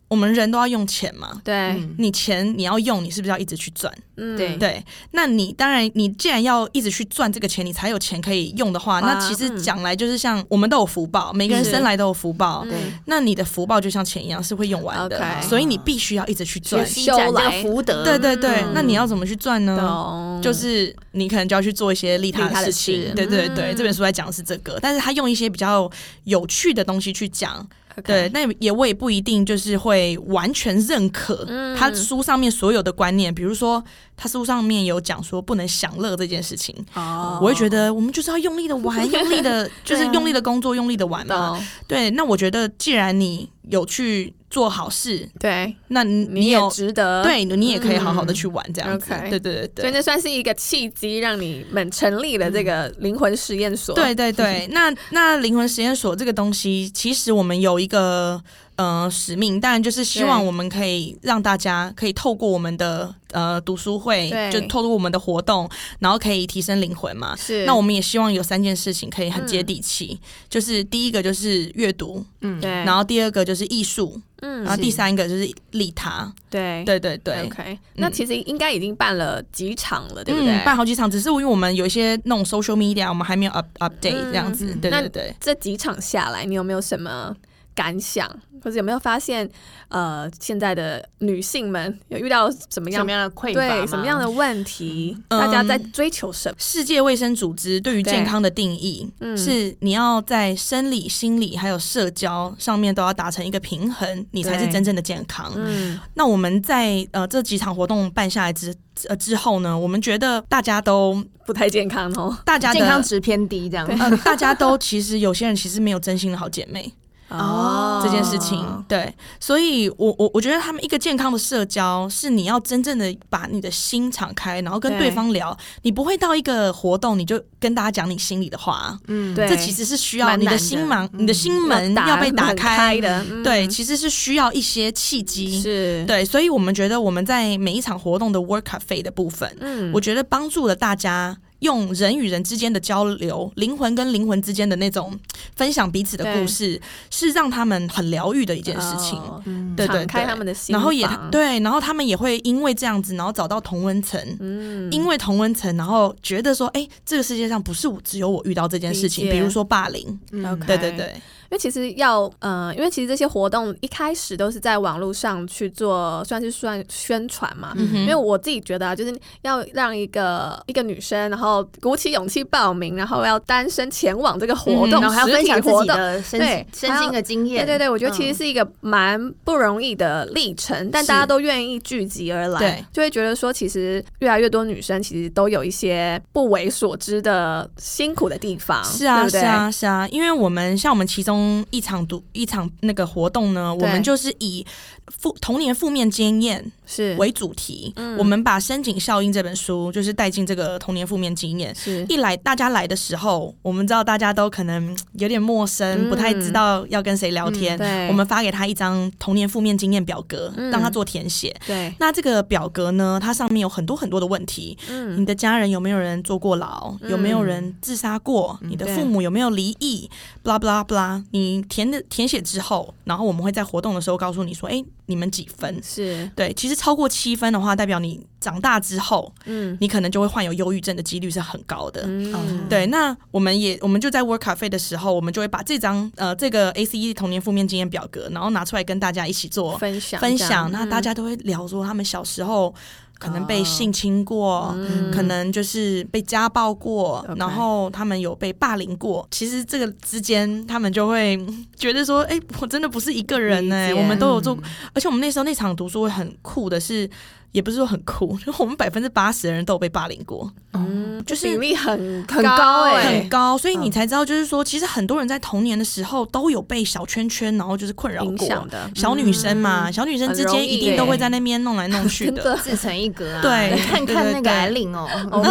我们人都要用钱嘛。
对，
你钱你要用，你是不是要一直去赚？
嗯，
对
对，那你当然，你既然要一直去赚这个钱，你才有钱可以用的话，
哇
那其
嗯
实讲来就是像我们都有福报，每个人
是
生来都有福报。
嗯，
那你的福报就像钱一样是会用完的
OK
所以你必须要一直去赚。
积攒这个福德，
对对对，
嗯
那你要怎么去赚呢？
懂，
就是你可能就要去做一些利他
利他的
事情。
事
对对对，
嗯
这本书在讲的是这个，但是他用一些比较有趣的东西去讲，
OK
对，，那也我也不一定就是会完全认可
嗯
他书上面所有的观念，比如说他书上面有讲说不能享乐这件事情，
哦啊
我会觉得我们就是要用力的 玩，用力的，就是用力的工作，用力的玩嘛。
哦懂，
对，那我觉得既然你有去做好事，
对，
那你
你也
有
值得，，嗯
对，你也可以好好的去玩这样子。
OK
对对
所以
对对。
那算是一个契机，让你们成立了这个灵魂实验所，
嗯对对对， 那那灵魂实验所这个东西，其实我们有一个呃使命，当然就是希望
对
我们可以让大家可以透过我们的呃读书会
对，
就透过我们的活动，然后可以提升灵魂嘛。
是，嗯
那我们也希望有三件事情可以很接地气，就是第一个就是阅读，
嗯
对，
然后第二个就是艺术，
嗯
然后第
是
三个就是利他。
对
对对对。
OK，那其实应该已经办了几场了，对不对
嗯，？办好几场，只是因为我们有一些那种 social media，我们还没有 up update
嗯
这样子，
嗯
对
那
对对。
这几场下来，你有没有什么感想，或者有没有发现，呃，现在的女性们有遇到什么
什
样
么样的匮乏吗？
对什么样的问题？
嗯
大家在追求什么？
世界卫生组织对于
对
健康的定义
嗯
是你要在生理、心理还有社交上面都要达成一个平衡，你才是
对
真正的健康。
嗯，
那我们在呃这几场活动办下来之呃之后呢，我们觉得大家都
不太健康哦。
大家的
健康值偏低这样？
呃，大家都其实有些人其实没有真心的好姐妹
哦
这件事情，对，所以我我我觉得他们一个健康的社交是你要真正的把你的心敞开，然后跟
对
对方聊，你不会到一个活动你就跟大家讲你心里的话，
嗯，
对，
这其实是需要
蛮
你
难
的
的
心门，你的心门要被打
嗯很
开，
的，嗯
对，其实是需要一些契机，
是，
对，所以我们觉得我们在每一场活动的 work cafe 的部分，
嗯
我觉得帮助了大家用人与人之间的交流，灵魂跟灵魂之间的那种分享彼此的故事，是让他们很疗愈的一件事情。
哦
嗯
对对
敞开他们的心
然
房，
后也对，然后他们也会因为这样子，然后找到同温层，
嗯，
因为同温层，然后觉得说，哎、这个世界上不是我只有我遇到这件事情，
理解
比如说霸凌，
嗯
OK
对对对，
因为其实要呃，因为其实这些活动一开始都是在网络上去做，算是算宣传嘛。
嗯哼
因为我自己觉得啊，就是要让一个一个女生，然后鼓起勇气报名，然后要单身前往这个活动，
嗯
然后还要
实
分
体
享自
活
己
动。
的身
对
身心的经验，
对对对，我觉得其实
嗯
是一个蛮不容易的历程，但
是
大家都愿意聚集而来，
对
就会觉得说，其实越来越多女生其实都有一些不为所知的辛苦的地方，
是啊，
对不对
是，啊，是啊，因为我们像我们其中一场读一场那个活动呢，我
对
们就是以负童年负面经验
是
为主题，
嗯
我们把《深井效应》这本书就是带进这个童年负面经验。
是
一来大家来的时候，我们知道大家都可能有点陌
嗯
生，不太知道要跟谁聊天。
对，
我们发给他一张童年负面经验表格，
嗯
让他做填写。
对，
那这个表格呢，它上面有很多很多的问题，
嗯
你的家人有没有人坐过牢？
嗯
有没有人自杀过？你的
对
父母有没有离异？blah blah blah。你填的填写之后，然后我们会在活动的时候告诉你说，哎、你们几分？
是，
对，其实超过七分的话，代表你长大之后，
嗯
你可能就会患有忧郁症的几率是很高的。
嗯，
哦对，那我们也我们就在 Work Cafe 的时候，我们就会把这张呃这个 ACE 童年负面经验表格，然后拿出来跟大家一起做
分享
分
这样嗯
享，那大家都会聊说他们小时候可能被性侵过，
嗯
可能就是被家暴过，
OK
然后他们有被霸凌过。其实这个之间，他们就会 觉得说：“哎、我真的不是一个人呢、欸
理解
我们都有做，而且我们那时候那场读书会很酷的是，也不是说很酷，就我们百分之八十的人都有被霸凌过，
嗯，
就是
比例很
很高
哎、
欸
很高。所以你
嗯
才知道，就是说，其实很多人在童年的时候都有被小圈圈，然后就是困扰
影
过。
响的
小女生嘛，
嗯
小女生
很
之
容
间
易
一定都
耶
会在那边弄来弄 去
真
的。
的，
自成一格啊。
对
看
对
看
对
那个
对
艾琳哦，
我 们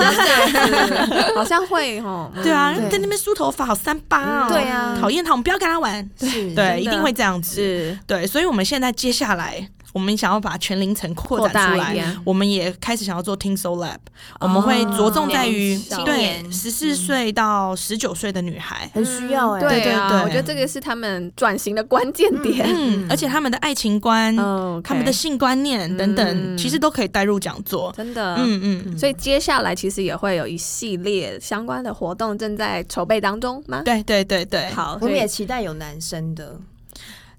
这样子好像会哦，嗯
嗯对啊，
对
在那边梳头发好三八哦，
对啊
讨厌他，我们不要跟他玩。
是
真
对，
的
一定会这样子。
是
对，所以我们现在接下来，我们想要把全龄层扩
扩
展
大
出
一
来
点，哦
我们也开始想要做 Teen Soul Lab，我们会着重在于
青
对
年
十四岁到十九岁的女孩。
很需要哎、
嗯对
对
啊
对
我觉得这个是他们转型的关键点，
嗯，而且他们的爱情观、
嗯，
他们的性观念等等，
嗯
其实都可以带入讲座。
真的，
嗯嗯，
所以接下来其实也会有一系列相关的活动正在筹备当中吗？
对对对对。
好，
我们
所以
也期待有男生 的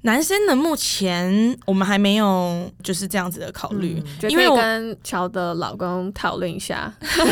男生的目前我们还没有就是这样子的考虑，
嗯
觉得
因
可
为
以
我
跟乔的老公讨论一下，
说不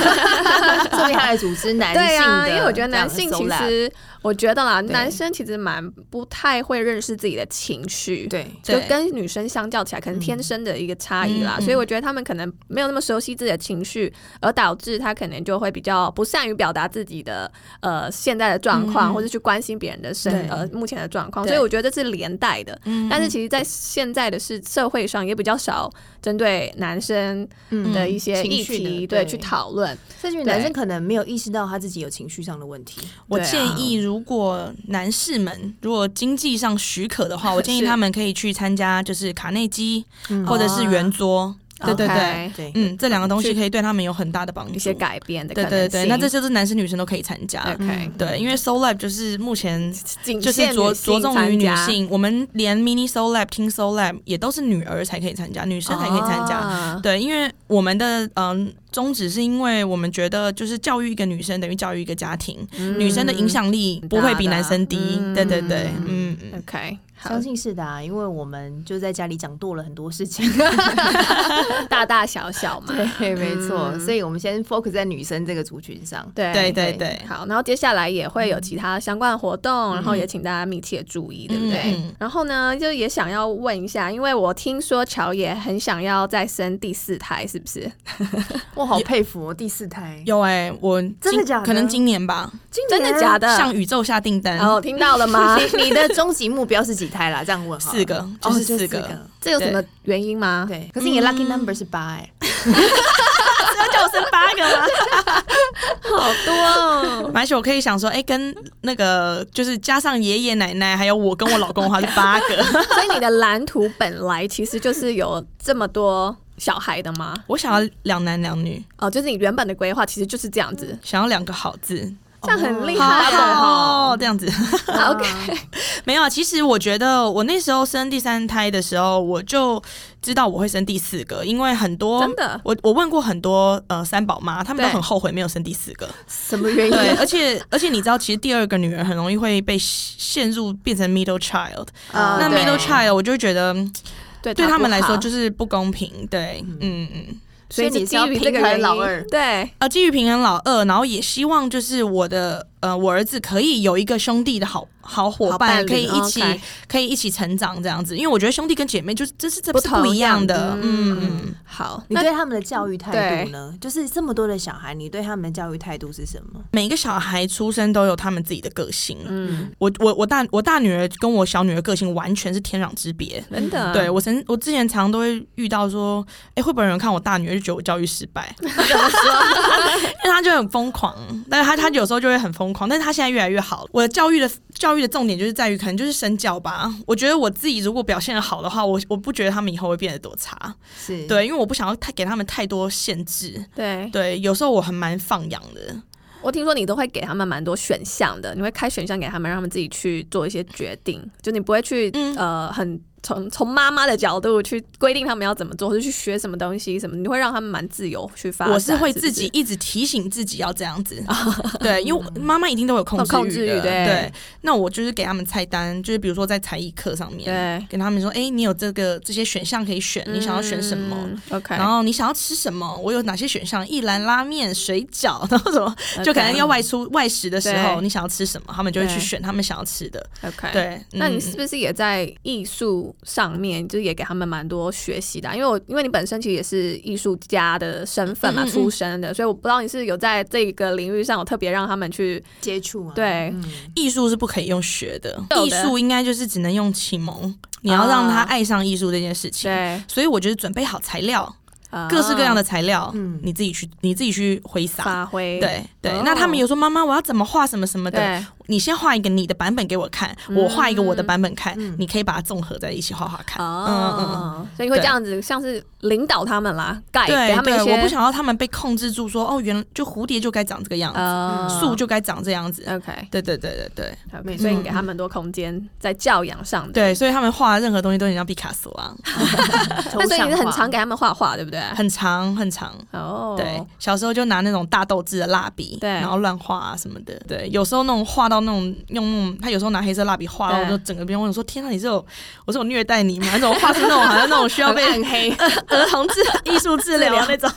定他的组织男性的这
对啊
样的 solar，
因为我觉得男性其实，我觉得啦，男生其实蛮不太会认识自己的情绪，，
对
就
对嗯
跟女生相较起来，可能天生的一个差异啦，
嗯嗯
所以我觉得他们可能没有那么熟悉自己的情绪，而导致他可能就会比较不善于表达自己的呃现在的状况，
嗯嗯
或者去关心别人的生
对
呃目前的状况，
对
所以我觉得这是连带的。
嗯
但是其实，在现在的是社会上也比较少针对男生
嗯
的一些
情
议
绪的
题，
对
对去讨论，
甚至于男生可能没有意识到他自己有情绪上的问题，
嗯我
对啊
建议，如果男士们如果经济上许可的话，我建 议
是
他们可以去参加就是卡内基
嗯
或者是圆桌，对对
哦
对，
OK，
对，
嗯，这两个东西可以对他们有很大的帮助。
一些改变的可
对
能
对对，
性
那这就是男生女生都可以参加。
OK，
对，因为 Soul Lab 就是目前
仅
就是
限
着
女
着
性
重于
参
女
加
性，我们连 Mini Soul Lab、Teen Soul Lab 也都是女儿才可以参加，女生才可以参加。
啊
对，因为我们的嗯宗旨是因为我们觉得就是教育一个女生等于教育一个家庭，
嗯
女生的影响力不会比男生低。
嗯
对对对，嗯，嗯
OK，好
相，信是的、啊，因为我们就在家里讲多了很多事情，
大大小小嘛，
对，没错，
嗯
所以我们先 focus 在女生这个族群上，
对
对对对，
好，然后接下来也会有其他相关的活动，然后也请大家密切注意，对不对？
嗯嗯嗯
然后呢，就也想要问一下，因为我听说乔也很想要再生第四胎，是不是？
我好佩服、哦、第四胎，
有哎、我
真的
今
假的
可能今年吧，
真的假的？
向宇宙下订单，
哦，听到了 吗？
你 你的终极目标是几胎啦？这样问好了
四个
哦
就是
就
四
四
个
个，
这有什么原因吗？
对，可是你的 lucky number 是八哎、
要叫我生八个
啊
吗？
好多 哦。
而且我可以想说，哎、跟那个就是加上爷爷奶奶还有我跟我老公的话是八个，
所以你的蓝图本来其实就是有这么多小孩的吗？
我想要两男两女，
哦，就是你原本的规划其实就是这样子，
想要两个好字，
这样很厉
好
害哦。
这样 子。
好 OK，
没有啊，其实我觉得我那时候生第三胎的时候，我就知道我会生第四个，因为很多
真的
我我问过很多呃三宝妈，她们都
对
很后悔没有生第四个。
什么原因？
对，而且而且你知道，其实第二个女儿很容易会被陷入变成 middle child，、
嗯
啊
那
对
middle child 我就会觉得哦嗯
对
对他们来说
是。
就是不公平。对，嗯嗯。
所以
所以
是
你是
基
要
于这个
平衡
原因
老二
对，
呃，基于平衡老二，然后也希望就是我的呃，我儿子可以有一个兄弟的好好伙
好伴
伴，
侣
可以一起
OK
可以一起成长这样子。因为我觉得兄弟跟姐妹就是这是这
不
是不
同
一样
样
的
的，
嗯
嗯
嗯。
好，
你
那
对他们的教育态度
对
呢？就是这么多的小孩，你对他们的教育态度是什么？
每个小孩出生都有他们自己的个性。
嗯，
我我我大我大女儿跟我小女儿个性完全是天壤之别。
真的
对我曾我之前常都会遇到说，哎、会不会有人看我大女儿就觉得我教育失败？ 怎么说？因为她就很疯狂，但是她她有时候就会很疯狂，但是她现在越来越好了。我的教育的教育的重点就是在于可能就是身教吧。我觉得我自己如果表现的好的话，我我不觉得他们以后会变得多差。
是，
对，因为我不想要太给他们太多限制。
对，
对，有时候我很蛮放养的。
我听说你都会给他们蛮多选项的，你会开选项给他们，让他们自己去做一些决定，就你不会去、
嗯
呃很从从妈妈的角度去规定他们要怎么做，或者去学什么东西什么，你会让他们蛮自由去发展。
我是会自
不
己一直提醒自己要这 样子，对，因为我妈妈一定都有控制
有控制
欲的
欲对
那我就是给他们菜单，就是比如说在才艺课上面，
对，
跟他们说，哎、你有这个这些选项可以选，你想要选什么？
嗯？OK，
然后你想要吃什么？我有哪些选项？一兰拉面、水饺， 然后什么？
OK
就可能要外出外食的时候，
对
你想要吃什么，他们就会去
对
选他们想要吃的。
OK，。
对，
那你
嗯
是不是也在艺术上面，就是也给他们蛮多学习的啊、因为我因为你本身其实也是艺术家的身份嘛，
嗯嗯嗯
出身的，所以我不知道你是有在这个领域上有特别让他们去
接触啊，
对
嗯
艺术是不可以用学的，
有
艺
的
术应该就是只能用启蒙，你要让他
啊
爱上艺术这件事情。
对
所以我就是准备好材料，
啊
各式各样的材料，
嗯
你自己去，你自己去挥洒。
发挥，
对对，
哦
那他们有说妈妈，我要怎么画什么什么的，
对
你先画一个你的版本给我看，
嗯
我画一个我的版本看，
嗯
你可以把它综合在一起画画看。
啊
嗯嗯嗯。
哦，所以会这样子，像是领导他们啦，盖给
对
他们一
对，
些，
我不想要他们被控制住说哦，原来就蝴蝶就该长这个样子，
呃
树就该长这样子。
OK
对对对对对
OK，所以你给他们多空间在教养上的，
对，所以他们画的任何东西都很像毕卡索 啊，
那所以你是很常
常
给他们画画，对不对？
很长很长。
哦，
对，小时候就拿那种大豆制的蜡笔，
对
然后乱画啊什么的。对，有时候那种画到那种用那种，他有时候拿黑色蜡笔画到，
对
我就整个边问我说：“天啊，你是有我是有虐待你吗？那种画是那种好像那种需要 被
暗黑，
儿童治艺术治疗那种。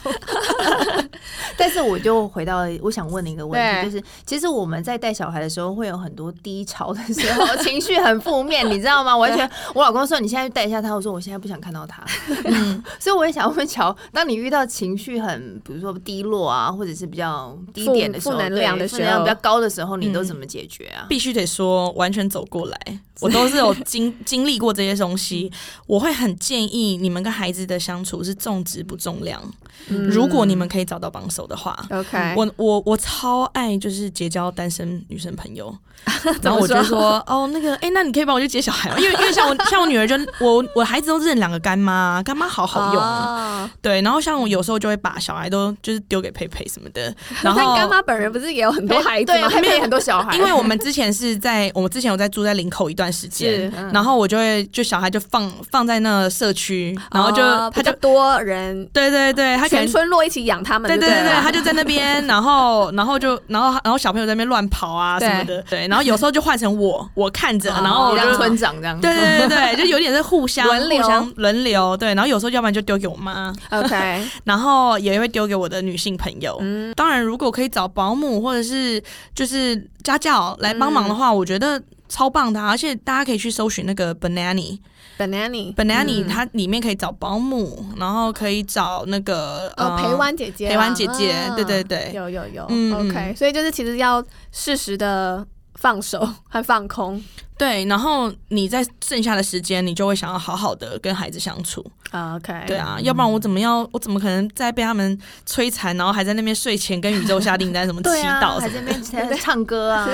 但是我就回到我想问的一个问题，
对
就是其实我们在带小孩的时候会有很多低潮的时 候，情绪很负面，你知道吗？完全，我老公说你现在去带一下他，我说我现在不想看到他。 嗯所以我也想问乔，当你遇到情绪很，比如说低落啊，或者是比较低
负
点的时候，
负能量的
对
时
负能量
候嗯
比较高的时候，你都怎么解决啊？
必须得说，完全走过来， 我都是有经经历过这些东西。我会很建议你们跟孩子的相处是重质不重量，
嗯
如果你们可以找到帮手的话。
OK，
我我我超爱就是结交单身女生朋 友，
怎
然
么
后我就
说
说哦那个哎、诶那你可以帮我去接小孩吗？因为因为像我像我女儿就我我孩子都认两个干妈，干妈好好用、啊。
哦
对，然后像我有时候就会把小孩都就是丢给佩佩什么 的，然后
但干妈本人不是也有很多孩子
对，
吗？
还有很多小孩，
因为我们之前是在我们之前有在住在林口一段时间
是，
嗯
然后我就会就小孩就放放在那个社区，然后就、
哦
他
比较
就
多人，
对对对，他可能
全村落一起养他们，
对
对
对对，
了
他就在 那边，然后然后就然后然后小朋友在那边乱跑啊
对哦
什么的，对，然后有时候就换成我，我看着，然后
你
我就
当村长这样，
对对对对，就有点是互相
轮流
互相轮流，对，然后有时候要不然就丢给我妈，
OK，
然后也会丢给我的女性朋友。
嗯
当然，如果可以找保姆或者是就是家教来帮忙的
嗯
话，我觉得。超棒的啊、而且大家可以去搜寻那个 banani，banani
，Banani，
它里面可以找保姆，然后可以找那个
哦，
呃
陪玩姐姐啊，
陪玩姐姐
啊
对对对
有有有
嗯嗯
，OK，所以就是其实要适时的放手 和放空
对，然后你在剩下的时间，你就会想要好好的跟孩子相处。
啊，OK，
对，啊，要不然我怎么要，我怎么可能在被他们摧残，然后还在那边睡前跟宇宙下订单，什么祈
对啊，
祷
还
什么
在那边在唱歌啊，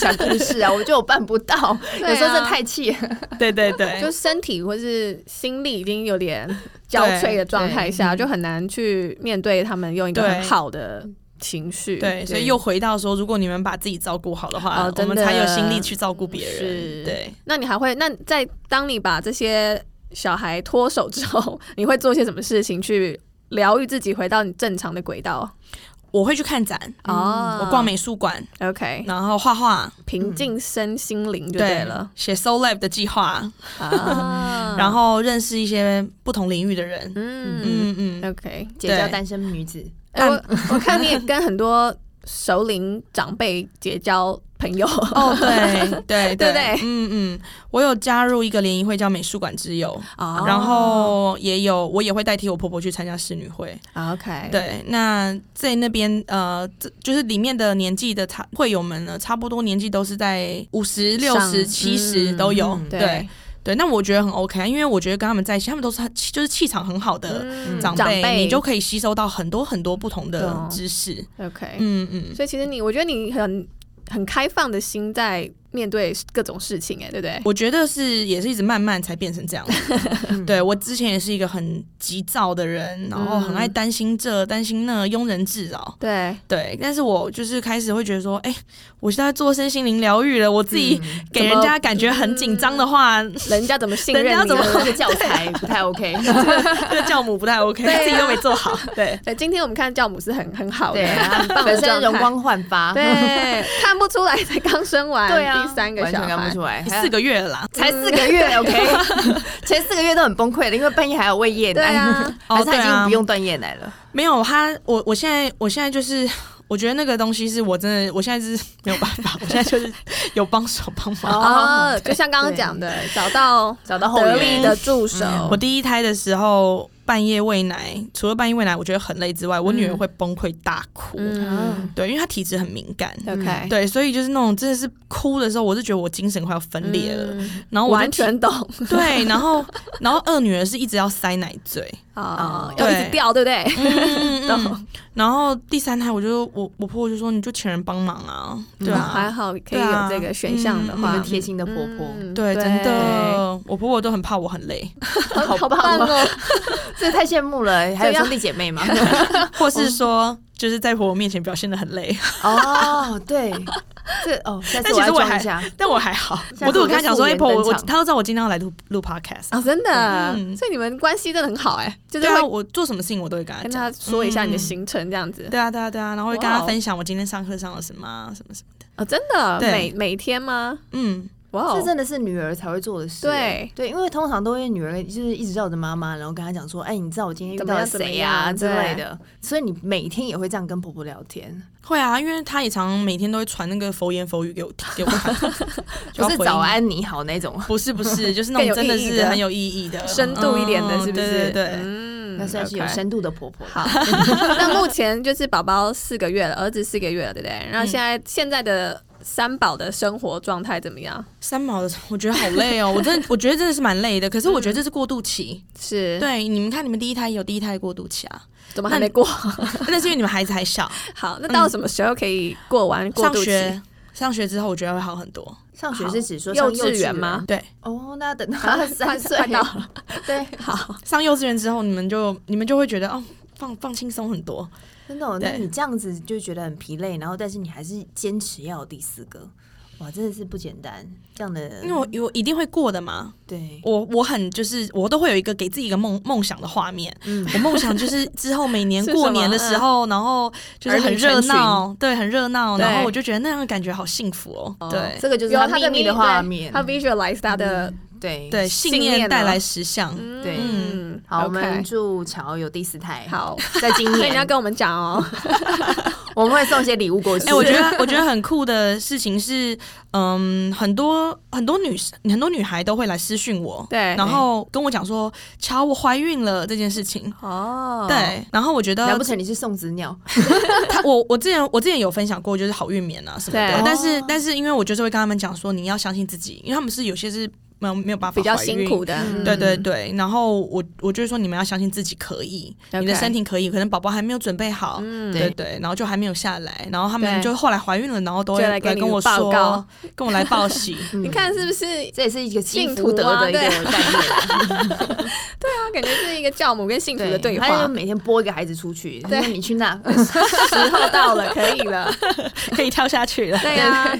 讲故事啊，我觉得我办不到，
啊
有时候真的太气了。
的？对对 对，
就身体或是心力已经有点交瘁的状态下，就很难去面对他们用一个
对
很好的情绪。
对，所以又回到说，如果你们把自己照顾好的话，
哦
我
真的
们才有心力去照顾别
是
人。对，
那你还会那在当你把这些小孩脱手之后， 你会做些什么事情去疗愈自己，回到你正常的轨道？
我会去看展，
哦
嗯我逛美术馆，
OK，
然后画画，
平静身心灵就对了。，
写 Soul Lab 的计划，
啊
然后认识一些不同领域的人。
嗯
嗯嗯，
，OK，
结交
对
单身女子，
哎我我看你也跟很多首领长辈结交朋友，
哦， 对对
对不对
嗯嗯，我有加入一个联谊会叫美术馆之友，
哦
然后也有我也会代替我婆婆去参加侍女会。
啊 OK，
对，那在那边呃，这就是里面的年纪的差会友们呢，差不多年纪都是在五十六
上
十七十都有。
嗯
对对那我觉得很 OK，啊因为我觉得跟他们在一起，他们都是很就是气场很好的。
嗯
呃长
长
辈，
辈
你就可以吸收到很多很多不同的
懂哎
知识。
OK，、
嗯嗯，
所以其实你，我觉得你很很开放的心在面对各种事情，哎，对不对？
我觉得是也是一直慢慢才变成这样子。对我之前也是一个很急躁的人，然后很爱担心这担心那，庸人自扰。
对，
对，但是我就是开始会觉得说，哎、我现在做身心灵疗愈了，我自
嗯
己给人家感觉很紧张的话，
人家怎么信任你？
人家怎么
对不
这
对
个教材不太 OK。啊
这个教母不太 OK，自己都没做好。 对，
对，今天我们看教母是很很好的，
对啊，
很棒的
本身
状态
容。光焕发，
对，看不出来才刚生完，
对啊，
第三个
完
小
全看
孩
不，出来，还
四个月了啦。
才四个月，OK，前 四个月都很崩溃的，因为半夜还要喂夜
对
奶，
啊，
哦
还是他已
对啊
经不用断夜奶了。
没有他，我我现在我现在就是，我觉得那个东西是我真的，我现在是没有办法，我现在就是有帮手帮忙。
哦，就像刚刚讲的，找到
找到后
得
援
力的助手，
我第一胎的时候半夜喂奶，除了半夜喂奶我觉得很累之外，我女儿会崩溃大哭。
嗯
对，因为她体质很敏感。
，OK，
对，所以就是那种真的是哭的时候，我是觉得我精神快要分裂了，
嗯
然后我就
完全懂
对，然后然后二女儿是一直要塞奶嘴，
啊，
哦
要一直
对
掉，对不对？
嗯
懂
然后第三胎我就我我婆婆就说你就请人帮忙啊，对
还
啊，
好可以
对啊
有这个选项的
哇
你
话
们，贴心的婆婆，
嗯
对，真的，我婆婆都很怕我很 累，
好好棒
棒
哦！
这太羡慕了。还有兄弟姐 妹吗？
或是说就是在婆婆面前表现的很累，
哦，对，这哦，下次
但其
我
实
要
我
装
还
一下。
但我还好，
下次
我都有跟她讲说，
我
哎
就素颜
婆我
登
我
场
她都知道我今天要来录录 podcast，
啊，真的，
嗯
所以你们关系真的很好哎、就是
对啊，
会
我做什么事情我都会跟她
跟
讲。
啊他说一下你的行程这样子。
对啊，对啊，对啊，然后会跟
哇
她
哦
分享我今天上课上了什么啊、什么什么。
哦，真的，
对
每每天吗？
嗯，
哇
这
哦，
真的是女儿才会做的事，
对
对，因为通常都会女儿就是一直绕着妈妈，然后跟她讲说，哎，你知道我今天遇
怎么
到了
样怎么
谁呀
样
之类
对
的，所以你每天也会这样跟婆婆聊天，
会啊，因为她也常每天都会传那个佛言佛语给我听，给 我看，就要
不
回
是
应
早，安你好那
嗯
种，
不是不是，就是那种
更
真
有
的
意义
是
的
很有意义的、
深度一点的
嗯
是不
对
是
对对，
嗯
那算是有
OK
深度的婆婆。
好，那目前就是宝宝四个月了，儿子四个月了，对
嗯
不对？然后现在、现在的三宝的生活状态怎么样？
三毛的，我觉得好累 哦，我真的我觉得真的是蛮累的，可是我觉得这是过渡期。
是，
对，你们看你们第一胎有第一胎的过渡期啊，
怎么还没过？
那是因为你们孩子还小，
好，那
嗯
到什么时候可以过完过
上
渡期？
学上学之后我觉得会好很多。
上学是指说
幼
上
稚园吗？？
对，
哦，那等到她
快
三岁
啊快 到了，
对，
好，
上幼稚园之后你们就你们就会觉得哦，放放轻松很多。
真的哦、
对
那你这样子就觉得很疲累，然后但是你还是坚持要有第四个，哇，真的是不简单。这样的，
因为
嗯
我我一定会过的嘛，
对，
我我很就是我都会有一个给自己一个梦梦想的画面，
嗯
我梦想 就是之后每年
是什么嗯
过年的时候，然后就是很热闹，对，很热闹，
对
然后我就觉得那样的感觉好幸福哦，对
这个就是
有啊
他秘密的画面
他，visualize 他的
对
对，
信
信念
念
带
哦
来实相，
对
嗯，
好，我
OK
们祝乔有第四胎，，
好，
在今
所以你要
年
跟我们讲哦。
我们会送一些礼物过去。
哎、我觉得我觉得很酷的事情是，嗯，很多很多女很多女孩都会来私讯 我，
对
然后跟我讲说，乔我怀孕了这件事情。
哦，
对，然后我觉
难
得
不成你是送子鸟？
他我我之前我之前有分享过，就是好运棉啊什么
对
的，但是
哦
但是因为我就是会跟他们讲说，你要相信自己，因为他们是有些是没有没有办法
比较
怀孕
辛苦的，
嗯
对对对，然后我我就是说你们要相信自己可以
OK
你的身体可以，可能宝宝还没有准备好，
嗯
对对，然后就还没有下来，然后他们
对
就后来怀孕了，然后都
就
会
来
来
跟你
跟我
报告
说，跟我来报 喜，
嗯
你看是不是？
这也是一个积
幸
福
福
德
啊
的一个概
对
念啊，
他感觉是一个教母跟幸福的对
他就
话。
每天拨一个孩子出去，
对
说你去 那，
时候到了，可以了。
可以跳下去了。
对啊，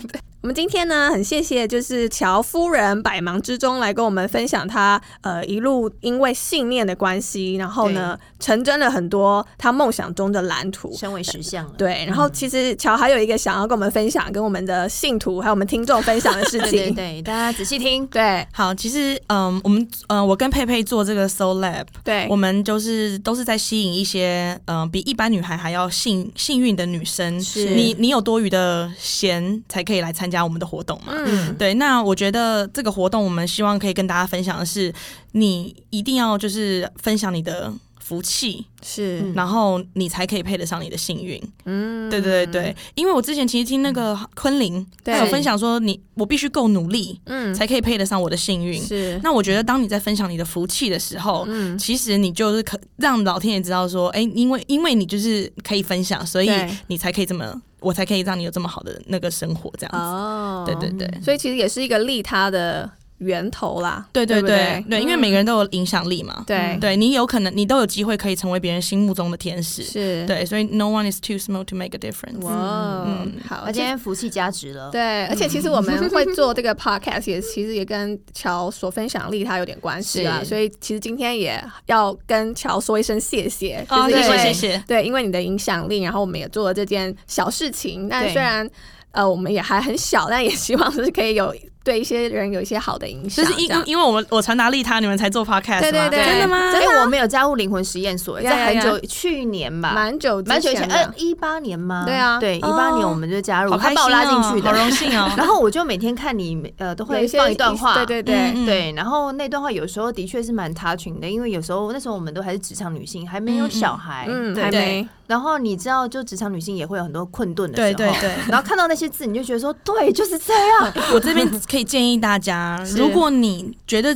我们今天呢，很谢谢就是乔夫人百忙之中来跟我们分享她呃一路因为信念的关系，然后呢成真了很多她梦想中的蓝图。
身为石像了。
对，然后其实乔还有一个想要跟我们分享，跟我们的信徒还有我们听众分享的事
对对
情。
对，大家仔细听。
对
好，其实嗯，我们嗯，我跟佩佩做这个 Soul Lab，
对
我们就是都是在吸引一些嗯比一般女孩还要幸幸运的女生。
是
你你有多余的闲才可以来参加我们的活动嘛？
嗯，
对，那我觉得这个活动，我们希望可以跟大家分享的是，你一定要就是分享你的福气，
是
嗯
然后你才可以配得上你的幸运。
嗯，
对对对对，因为我之前其实听那个昆凌，
对
他有分享说你，我必须够努力，
嗯，
才可以配得上我的幸运。
是
那我觉得，当你在分享你的福气的时候，
嗯
其实你就是可让老天爷知道说，哎、因为因为你就是可以分享，所以
对
你才可以这么，我才可以让你有这么好的那个生活，这样子。
哦，
对对对。
所以其实也是一个利他的源头啦。
对对
不
对
对，嗯
对，因为每个人都有影响力嘛。
对
对你有可能，你都有机会可以成为别人心目中的天使。
是
对，所以 no one is too small to make a difference。
哇
嗯，
好，
那今天福气加值了，
对，而且其实我们会做这个 podcast，也其实也跟乔所分享力他有点关系啊，
是
所以其实今天也要跟乔说一声谢谢，就
啊，
是
谢
因
谢
为
谢谢。
对，因为你的影响力，然后我们也做了这件小事情，但
对
虽然呃我们也还很小，但也希望是可以有对一些人有一些好的影响，
就是因
这样
因为我们我传达利他，你们才做 podcast
对对
嘛
对，
真的吗？
因为哎我们有加入灵魂实验所，
啊呀
在
呀
很
呀
久去年吧，
蛮久
蛮久以前，
的
二一八年吗？
对啊
对，一八年我们就加入，
好
他
开心
把我拉进去
哦，好
的。
荣幸 哦。
然后我就每天看你，呃，都
有
会
一些
放一段话，
对对对，
嗯
对，然后那段话有时候的确是蛮 touching 的，因为有时候那时候我们都还是职场女性，还没有
嗯嗯
小孩，
嗯，
对
还没
然后你知道，就职场女性也会有很多困顿的时候，
对对对，
然后看到那些字，你就觉得说，对，就是这样，
我这边可以建议大家，如果你
嗯
觉得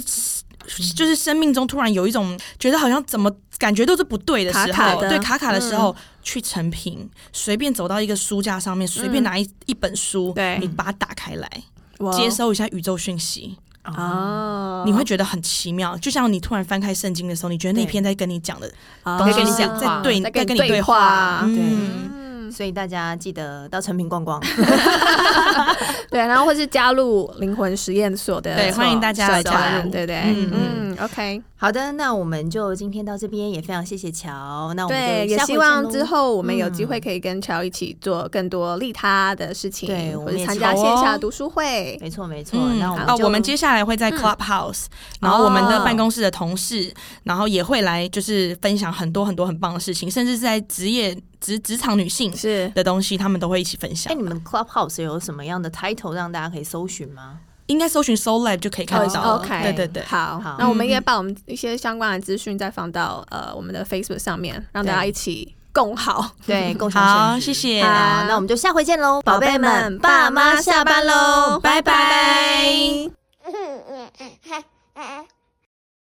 就是生命中突然有一种觉得好像怎么感觉都是不对的时候，
卡卡的嗯
对卡卡的时候，去成品随便走到一个书架上面，随便拿一、一本书，
对
你把它打开来，
哇
接收一下宇宙讯息，
哦，
你会觉得很奇妙。就像你突然翻开圣经的时候，你觉得那
对
篇在跟你讲的，
啊
东
西是
在对
在跟
在跟
你对
你对
话
话，
对。
嗯，
所以大家记得到成品逛逛，
对，然后或是加入灵魂实验所的
对，欢迎大家来
社团
加入。
对不对？
嗯
嗯，OK，
好的，那我们就今天到这边，也非常谢谢乔。那我
对，
们就
也
下回
希望
见
之
喽
后我们有机会可以跟乔一起做更多利他的事情，
对我
或
们
者
也
参加
好
线
哦
下读书会。
没错没错，
嗯，
那我们
哦，
就嗯
我们接下来会在 Clubhouse，、然后我们的办公室的同事，然后也会来就是分享很多很多很棒的事情，甚至是在职业职职场女性
是
的东西，他们都会一起分享。
哎，你们 Clubhouse 有什么样的 title 让大家可以搜寻吗？
应该搜寻 Soul Lab 就可以看得到了。
哦，OK
对对对，
好
好，
那我们也把我们一些相关的资讯再放到呃我们的 Facebook 上面，让大家
对
一起共好。
对，共享
好，
盛举
谢。谢。
好，那我们就下回见喽，宝贝们，爸妈下班喽，拜拜。
嗯嗯，哈哈。